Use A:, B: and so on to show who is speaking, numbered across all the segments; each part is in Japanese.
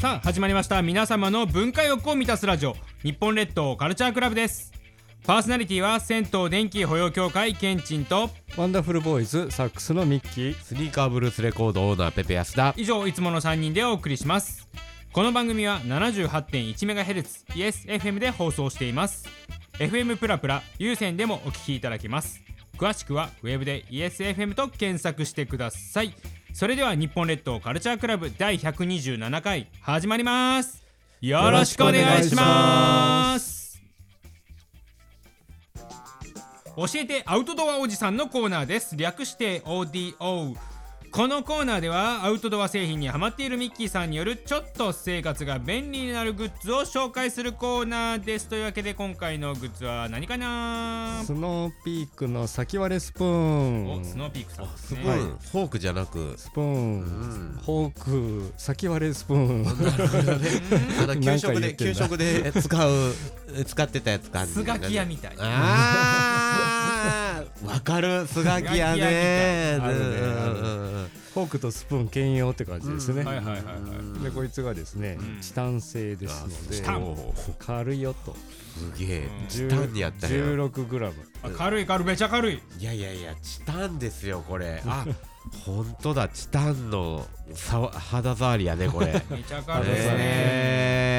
A: さあ始まりました皆様の文化欲を満たすラジオ日本列島カルチャークラブですパーソナリティは銭湯電気保養協会ケンチンと
B: ワンダフルボーイズサックスのミッキー
C: スニーカーブルースレコードオーナーペペヤスだ
A: 以上いつもの3人でお送りしますこの番組は 78.1MHz イエス FM で放送しています FM プラプラ有線でもお聞きいただけます詳しくはウェブでイエス FM と検索してくださいそれでは日本列島カルチャークラブ第127回始まりますよろしくお願いします教えてアウトドアおじさんのコーナーです略して ODO このコーナーではアウトドア製品にハマっているミッキーさんによるちょっと生活が便利になるグッズを紹介するコーナーですというわけで今回のグッズは何かな
B: スノーピークの先割れスプ
A: お
B: ーン
A: スノーピークさんです
C: すご
A: ね
C: い、フォークじゃな く
B: スプーン、
C: ん
B: フォーク先割れス プーン
C: あの給食
B: なんか言っ
C: で
B: てんだ
C: 給食で使う使ってたやつ感じ
A: スガキ屋みたいな
C: あーわかるスガキ
B: スガキ屋
C: 屋ね
B: みたいなあるねあるね
C: うんうんうん
B: フォークとスプーン兼用って感じですね、
A: はいはいはいはい
B: でこいつがですね、
A: うん
B: チタン製ですので
A: チタン
C: おー
B: 軽いよと
C: すげえ
A: うん
C: チタンにやったら
B: 1 6ラム
A: あ軽い軽いめちゃ軽い
C: いやいやいやチタンですよこれあ本当だチタンのさわ肌触りやね これ
A: めちゃ軽いですね、
C: え
B: まあ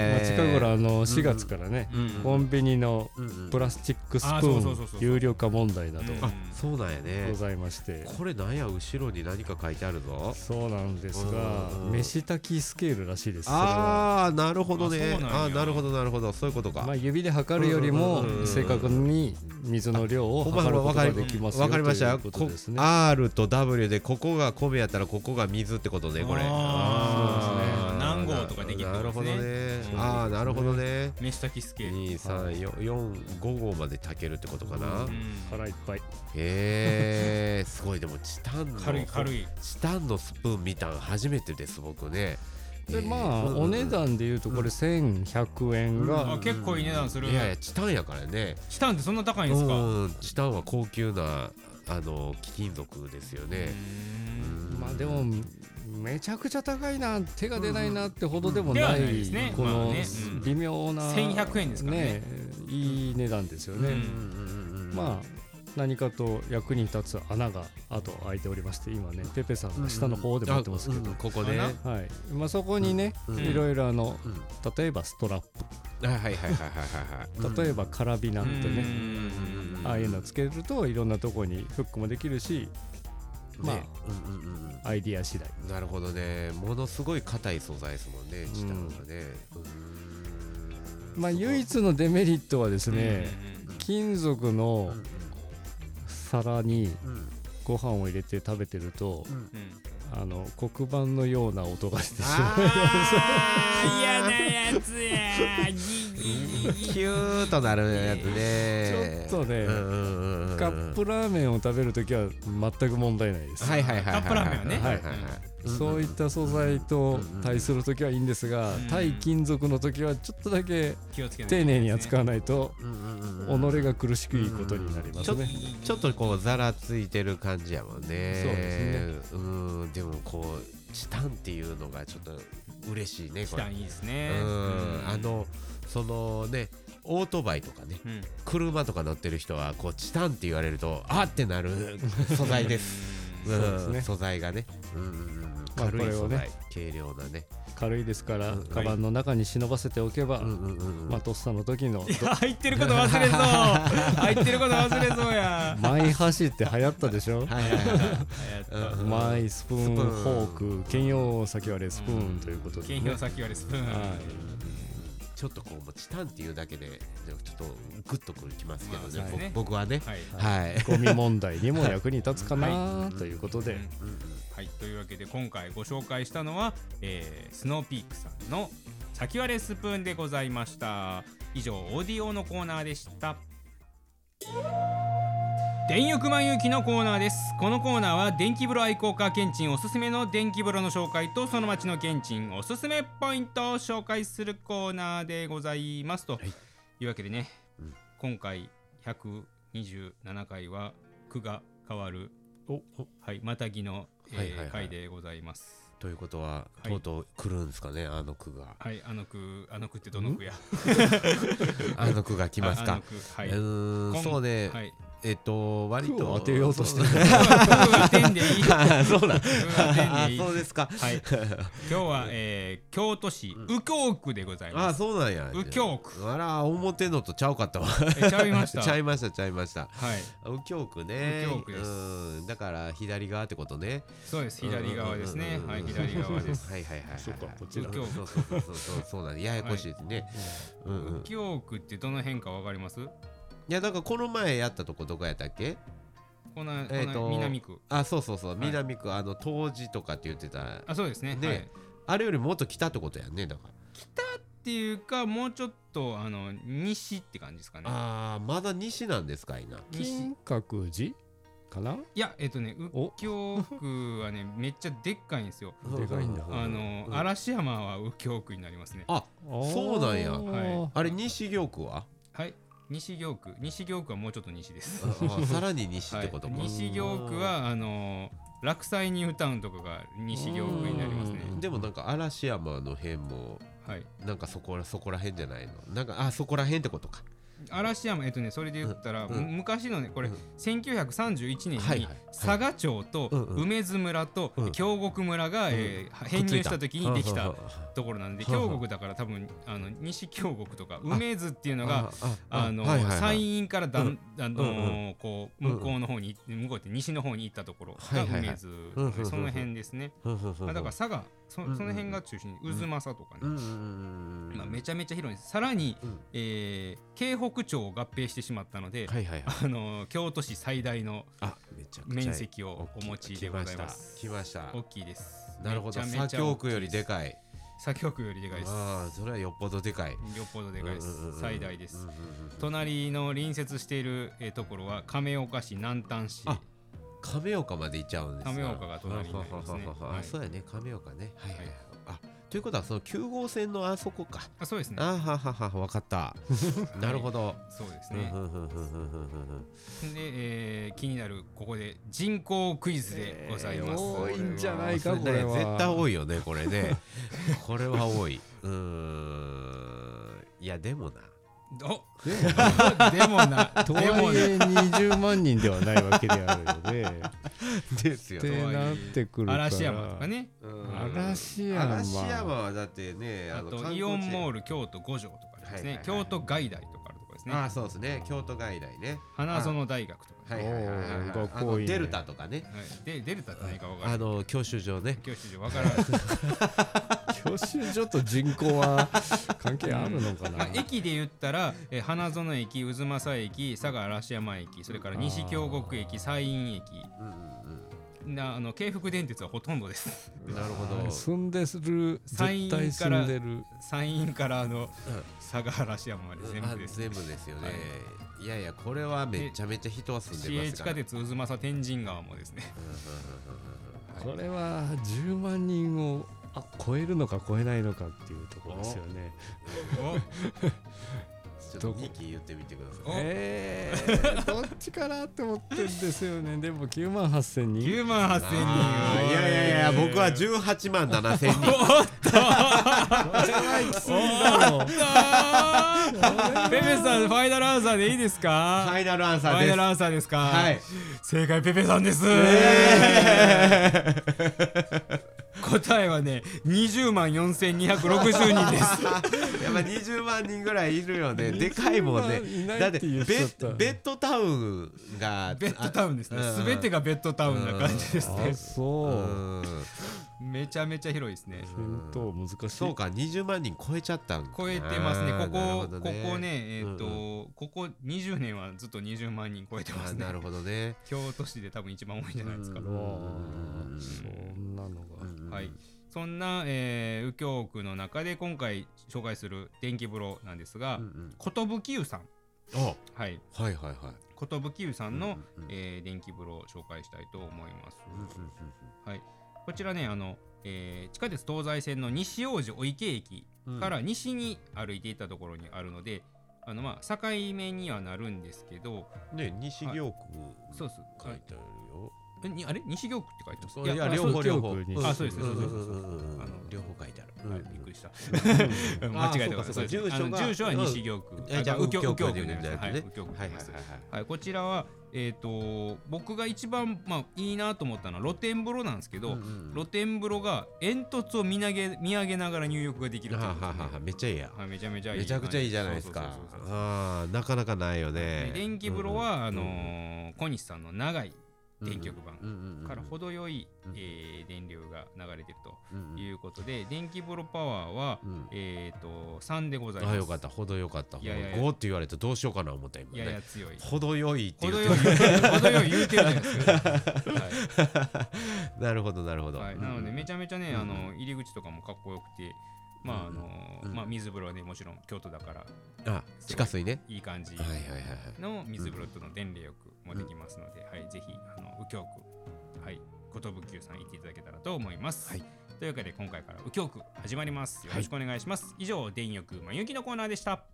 C: ー
B: 近頃あの4月からね、
C: うんうん
B: コンビニの
C: うんうん
B: プラスチックスプ
A: あそうそうそう
B: ー
A: そう
B: ン有料化問題など
A: うん
C: あそうなんやね
B: ございまして、
C: これなんや後ろに何か書いてあるぞ
B: そうなんですが
C: うん
B: 飯炊きスケールらしいですそれは
C: ああなるほどね
A: あそうなんや
C: あーなるほどなるほどそういうことか
B: まあ、指で測るよりも
C: うんうんうんうん
B: 正確に水の量を
C: ほんまほ
B: 測る
C: んま
B: こと
C: わか
B: が
C: り
B: できますよ
C: わかりました
B: というこ
C: こと
B: ですね
C: R と W でここが米やったらここが水ってことねこれ
A: あー
C: あー
A: そうですね何合とかできるって
C: なる
A: こと
C: ほど
A: ですね
C: ねああなるほどね
A: 飯炊きスケール、
C: 二三四四五合まで炊けるってことかな
A: うん
B: 腹いっぱい
C: へえすごいでもチタンの
A: 軽い軽い
C: チタンのスプーン見たん初めてです僕ね
B: で
C: えー
B: まあ
C: うんうん
B: お値段でいうとこれ1100円
A: あ
B: が
A: 結構いい値段する
C: いやいやチタンやからね
A: チタンってそんな高いんですかう
C: うんチタンは高級なあの貴金属ですよね、
A: ん
B: まあでもめちゃくちゃ高いな手が出ないなってほどでも
A: では
B: な
A: ないで
B: い
A: すね
B: こ
A: まあ
B: の
A: ねうん
B: 微妙な
A: 1100円ですからね
B: いい値段ですよ
A: う
B: ね
A: ん
C: うんうんうんうん
B: まあ何かと役に立つ穴があと開いておりまして今ねペペさんが下の方で持ってますけ
C: あうん
B: ど
C: ここね
A: あ
C: は
A: ない
B: はいまあそこにね
C: うん
B: いろいろあの
C: うん
B: 例えばストラッ
C: はいはいはいはいはいはい
B: プ 例えばカラビなんて
A: う
B: ね
A: ん
B: ああいうのつけるといろんなとこにフックもできるしまあ
C: ねうんうんうん
B: アイディア次第
C: うんなるほどねものすごい硬い素材ですもんねチタンはね
B: まあ
C: うーんすごい
B: 唯一のデメリットはですね金属
C: う
B: の
C: ん
B: 皿に
C: うん
B: ご飯を入れて食べてると
C: うん
A: うんうん
B: あの黒板のような音がしてしま
A: あー嫌なやつやギギギギ
C: キューとなるやつね
B: ちょっとね
C: うんうんうんうん
B: うカップラーメンを食べるときは全く問題ないです、
C: はいはいはいはい
A: カップラーメンはね
C: はいはいはい
B: そういった素材と対するときはいいんですが、
A: うん
B: 対金属のときはちょっとだけ
A: 気をつけ
B: 丁寧に
A: 扱
B: 扱
A: う
B: わないと
C: うんうんうんうん
B: 己が苦しくいいことになりますね。
C: ちょっとこうざらついてる感じやもんね。
B: そうです
C: ね。うん、でもこうチタンっていうのがちょっと嬉しいね。
A: チ
C: これ
A: タンいいですね
C: うん、あのそのねオートバイとかね
A: うん
C: 車とか乗ってる人はこうチタンって言われるとあってなる素材です。
B: そうですね
C: ん素材がね、うんうんうん、
B: まあ
C: 軽い素
B: これを
C: 材、
B: ね
C: 軽量なね、
B: 軽いですから、
C: うん
B: カバンの中に忍ばせておけば、
C: うんうんうんうん
B: まあとっさの時の
A: いや入ってること忘れそう入ってること忘れそうや
B: マイ箸って流行ったで しょ
C: はいはいはいはいうんうん
B: マイスプーン
C: ス
B: フ
C: プーン
B: ォーク兼用先割れスプーンということで、
A: 検
B: ね
A: 票先割れスプーン
B: はい、
C: ちょっとこうもうチタンっていうだけででもちょっとグッとくるきますけどね,
A: まあそうです
C: ぼ、
A: ね
C: 僕はね。
A: はい
C: はい、
B: ゴミ問題にも役に立つかなということで、
A: うんはい、というわけで今回ご紹介したのは、えースノーピークさんの「先割れスプーン」でございました以上オーディオのコーナーでした電浴満遊記のコーナーですこのコーナーは電気風呂愛好家ケンチンおすすめの電気風呂の紹介とその町のケンチンおすすめポイントを紹介するコーナーでございますというわけでね、
C: うん
A: 今回127回は句が変わる
B: おお
A: はい、またぎの、えー
C: はいはいはい
A: 回でございます。
C: ということは、
A: はい
C: とうとう来るんですかねあの句が
A: はいあの句あの句ってどの句や
C: あの句が来ます
A: ああ
C: か
A: の句はいう
C: ー
A: 今
C: んそうね、
A: はい
C: えっと割と
B: 句を当てようと してる
A: 句は句は点でいい句
C: あそうな
A: は
C: ん
A: 点
C: あ
A: でいい
C: そうですか
A: はい、今日は、えー、京都市右京区でござい
C: あ
A: ます。
C: そうなんや
A: 右京区
C: あら表のとちゃうかったわ
A: えちゃいました。
C: ちゃ
A: はい
C: いましたちゃいました
A: はい、
C: 右京区ね
A: 右京区です
C: うんだから左側ってことね
A: そうです。左側ですね。
C: うんうんうん
A: はい、
C: うん
A: 左側です。
C: はいはいはいはいはい
B: そうかこっちだ
C: 右京区そうそうそうそうそうなんでややこしいですねうんうん
A: 右京区ってどの辺かわかります？
C: いやだからこの前やったとこどこやったっけ
A: この、
C: えー
A: ことの南区。
C: あそうそうそう
A: い
C: 南区あの当時とかって言ってた
A: あ、そうですね。
C: ね
A: はい。っ
C: あれよりもっと北ってことやんねだから
A: ていうか、もうちょっとあの西って感じですかね。
C: あーまだ西なんですかいな
A: 西
B: 金閣寺かない
A: や、えっ、とね、
B: お
A: 右京区はね、 めっちゃでっかいんですよ。
B: でかいんだ
A: あの、
C: うん
A: 嵐山は右京区になりますね。
C: あそうなんや
B: あー
A: は
C: あれ西行区は
A: はい。西京区、西京区はもうちょっと西です。
C: あさらに西ってことか、
A: はい、西行区はあのー落西ニュータウンとかが西行区になりますね
C: うんでもなんか嵐山の辺も
A: はい
C: なんかそこらそこら辺じゃないのなんかあそこら辺ってことか
A: 嵐山えっとねそれで言ったら、
C: うんうん
A: む昔のねこれ、
C: うん
A: 1931年に、
C: はいはいはい
A: 佐賀町と
C: うんうん
A: 梅津村と
C: うん
A: 京極村が、
C: ん
A: えー編入した時にでき
C: あ
A: た
C: あ
A: ところなんで
C: はあはあ
A: 京極だから多分あの西京極とか梅津っていうのが
C: あ
A: あの
C: はいはい
A: 山
C: はい
A: 陰からだん、あの
C: うん
A: ーこう向こうの方に、向こうって西の方に行ったところが梅津、
C: はいはいはい
A: その辺ですね、
C: うんうんうん
A: あだから佐賀そ
C: んうん
A: その辺が中心に渦政とかね、
C: うんうんうんうん
A: まあ、めちゃめちゃ広いんですさらに、
C: うん
A: えー京北町を合併してしまったので、
C: はいはいはい
A: あのー京都市最大の
C: あめちゃくちゃ
A: 面積を
C: 大
A: お
C: き
A: 持ちでございます
C: 来ました来
A: 大
C: まし
A: きいです
C: たなるほど
A: めちゃめ
C: 左
A: ちゃ大
C: 京
A: きい
C: 区よりでかい
A: 左京区よりでかいです
C: ああそれはよっぽどでかい
A: よっぽどでかいです、
C: うんうんうん
A: 最大です、
C: うんうんうん
A: 隣の隣接している、えーところは亀岡市南丹市
C: あ亀岡まで行っちゃうんですか
A: 亀岡が隣になりますね
C: はははは
A: はい
C: あそうやね亀岡ねはいはい
A: はい
C: あということはその9号線のあそこか
A: あそうですね
C: あはははわかったなるほど
A: そうです
C: うん
A: ね
C: う、んうんうんうんうんうん
A: で、えー気になるここで人口クイズでございます、
B: えー多いんじゃないか
C: こ
B: これ
C: れね
B: は
C: 絶対多いよねこ れねこれは多いうーんいや でもな
A: お
B: でも
A: でもな、
B: と
A: で
B: はい
A: もな。
B: え20万人ではないわけで あるよね。
C: です
B: っ
C: よ
A: で
B: てなってくるから。
A: 嵐山とか。ね。
C: うん
B: 嵐山。
C: 嵐山はだってね
A: あ
C: の
A: と
C: 観光地
A: イオンモール京都五条とかです
C: はい
A: ね
C: は。いはい
A: 京都外大とかあるとこです
C: あ
A: ね。
C: あそうですね京都外来ね
A: 花園大学とか。
C: は
A: はい
C: はいはいはいはい
B: おーか
C: あ
B: っこ
C: の
B: いいね
C: デルタとかね
A: い。でデルタって何かわからな
C: あ
A: い。
C: の教習所ね
A: 教師上わからない。
B: 教習所と人口は関係あるのか
A: ま
B: な
A: あ。駅で言ったらえー花園駅、渦政駅、佐賀嵐山駅、それから西京極駅、西院駅。
C: うんうん
A: なあの京福電鉄はほとんどです。
C: うんなるほど
B: 住んでする絶対住んでる。
A: 山陰からあの佐賀嵐山まで全
C: あ
A: 部です。
C: 全部ですよねいやいやこれはめちゃめちゃ人は住ん
A: 市
C: で
A: 営
C: ま
A: 地
C: す
A: 下
C: から
A: 鉄渦政天神川もですね。
B: これは10万人をあ超えるのか超えないのかっていうところですよね。
A: お
C: ちょっと2期言ってみてください
A: お
B: え ー、どっちかなって思ってるんですよね。でも9万8000人。
A: 9万8000人
C: あーいやいやいや僕は18万7千人
B: これは行き過ぎだろ。
A: あーペペさんファイナルアンサーでいいですか
C: ファイナルアン
A: フ
C: サー
A: ァイ
C: で
A: ナ
C: す
A: ルアンサーですか
C: はい
A: 正解ペペさんです、答えはね20万4260人です
C: やっぱ20万人ぐらいいるよねでかいもんね
B: 20万いな
C: だ
B: い
C: っ
B: ってて
C: ベ
B: 言っちゃった
C: ッベッドタウンが
A: ベッドタウンですね全てがベッドタウンな感じですね
B: あ、そう。
C: うん
A: めちゃめちゃ広いですね
B: 検討難しい。
C: そうか20万人超えちゃったんかな
A: 超えてますねこ
C: なる
A: こ
C: ほど
A: ここねえっ、と、
C: うん
A: ここ20年はずっと20万人超えてます
C: あ
A: ね
C: なるほどね
A: 京都市で多分一番多いんじゃないですか、
C: う
B: うわー
C: うん
B: そんなのが。
A: はい、そんな、えー、右京区の中で今回紹介する電気風呂なんですが
C: うんうん
A: 寿湯さん
C: あ
A: はい
C: はいはいはい
A: 寿湯さんの、
C: うんうん
A: えー電気風呂を紹介したいと思います、
C: うんうんうん
A: はい、こちらねあの、えー地下鉄東西線の西大路お池駅
C: うん
A: から西に歩いていったところにあるので、あのまあ境目にはなるんですけど
C: ね西行区
A: そうっす
C: 書いてあるよ
A: えにあれ西京区って書いてます
C: いや
B: あ
C: 両方
B: そう
C: 両方
B: 記憶に
A: あそうですそうです
C: んんうんうん
A: あの
C: 両方書いてある、
A: はい、
C: うん
A: びっくりした。
C: ん
A: 間違えた
C: あそうかそうか
A: そうです
C: 住所が
A: あの住所は西京区。
C: えじゃあ
A: あ右
C: 右
A: 京
C: 京
A: 右京
C: 区で
A: 区
C: 言
A: に
C: う
A: なりま
C: んじ
A: す
C: ゃな
A: はい右
C: くね
A: 京区にな
C: はい
A: りま
C: はいはい
A: す
C: はい
A: はい、こちらは、えっ、と、僕が一番、まあ、いいなと思ったのは露天風呂なんですけど。
C: うんうん
A: 露天風呂が煙突を見上げ、見上げながら入浴ができるってい
C: は
A: う
C: は
A: ことですね
C: ははめっちゃいいや
A: はい、めちゃめちゃいい。
C: めちゃくちゃいいじゃないです
A: は
C: か
A: そうそうそうそう
C: あーなかなかないよね
A: で電気風呂は、あ
C: うん
A: の
C: うん
A: ー小西さんの長い
C: うんうん
A: 電極板
C: うんうんうん
A: から程よい、
C: うん
A: えー電流が流れてる
C: うん
A: と
C: うん
A: いうことで、電気風呂パワーは、
C: うん
A: えっ、と3でございます。
C: あよかった程よかった
A: いやいやいや
C: 5って言われてどうしようかな思った今
A: いやいや
C: ね
A: 強い。
C: 程よいって言
A: 程
C: っ
A: よい言うてる程よい言うてるじゃない ですか。は
C: て なるほどなるほ
A: い
C: ど
A: はい。なのでめち
C: ゃ
A: ゃめちゃね
C: うん
A: あの入り口とかもかっこよくて、まああの
C: うん
A: まあ水風呂はねもちろん京都だから
C: あ地下水ね
A: いい感じ
C: はいはいはいはい
A: の水風呂との伝令浴もできますので、はいぜひあの右京区はい後藤仏宮さん行っていただけたらと思います。
C: はい
A: というわけで今回から右京区始まります。よろしくお願いします。以上電浴まゆきのコーナーでした。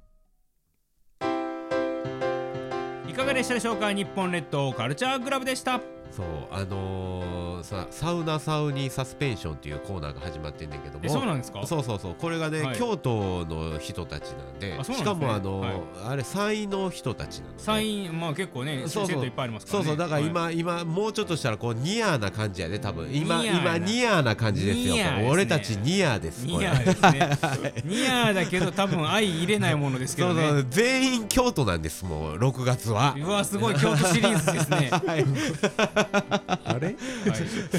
A: いかがでしたでしょうか日本列島カルチャークラブでした。
C: そうあのーさサウナサウニーサスペンションっていうコーナーが始まってんだけども
A: えそうなんですか
C: そうそうそうこれがね、
A: はい
C: 京都の人たちなんで
A: あそうなんですね
C: しかもあの、
A: はい
C: あれ山陰の人たちなのね
A: サインまあ結構ね
C: そうそう
A: セットいっぱいありますから
C: そ
A: ね
C: うそうだから今、
A: はい
C: 今もうちょっとしたらこうニアーな感じやね多分今
A: ニヤーな
C: 今ニアーな感じですよ
A: ニヤーですね
C: 俺たちニアーですこ
A: ニ
C: れ
A: アーですねニアーだけど多分愛入れないものですけ
C: そ
A: ど
C: う
A: ね
C: そう全員京都なんですもう6月は
A: うわすごい京都シリーズですね、は
C: はい
B: あれ
A: い、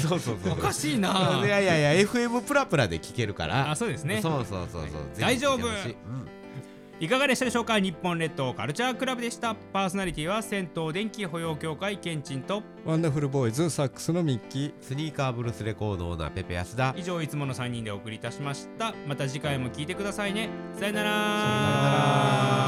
C: そうそうそう
A: おかしい
C: い
A: な
C: やいやいや FM プラプラで聞けるから
A: あそうですね
C: そうそうそうそう、ぜひ聞いてほしい
A: 大丈夫
C: うん
A: いかがでしたでしょうか日本列島カルチャークラブでしたパーソナリティは銭湯電気保養協会ケンチンと
B: ワンダフルボーイズサックスのミッキー
C: スニーカーブルースレコードオーナーペペ安田
A: 以上いつもの3人でお送りいたしましたまた次回も聞いてくださいねさよなら
C: さよなら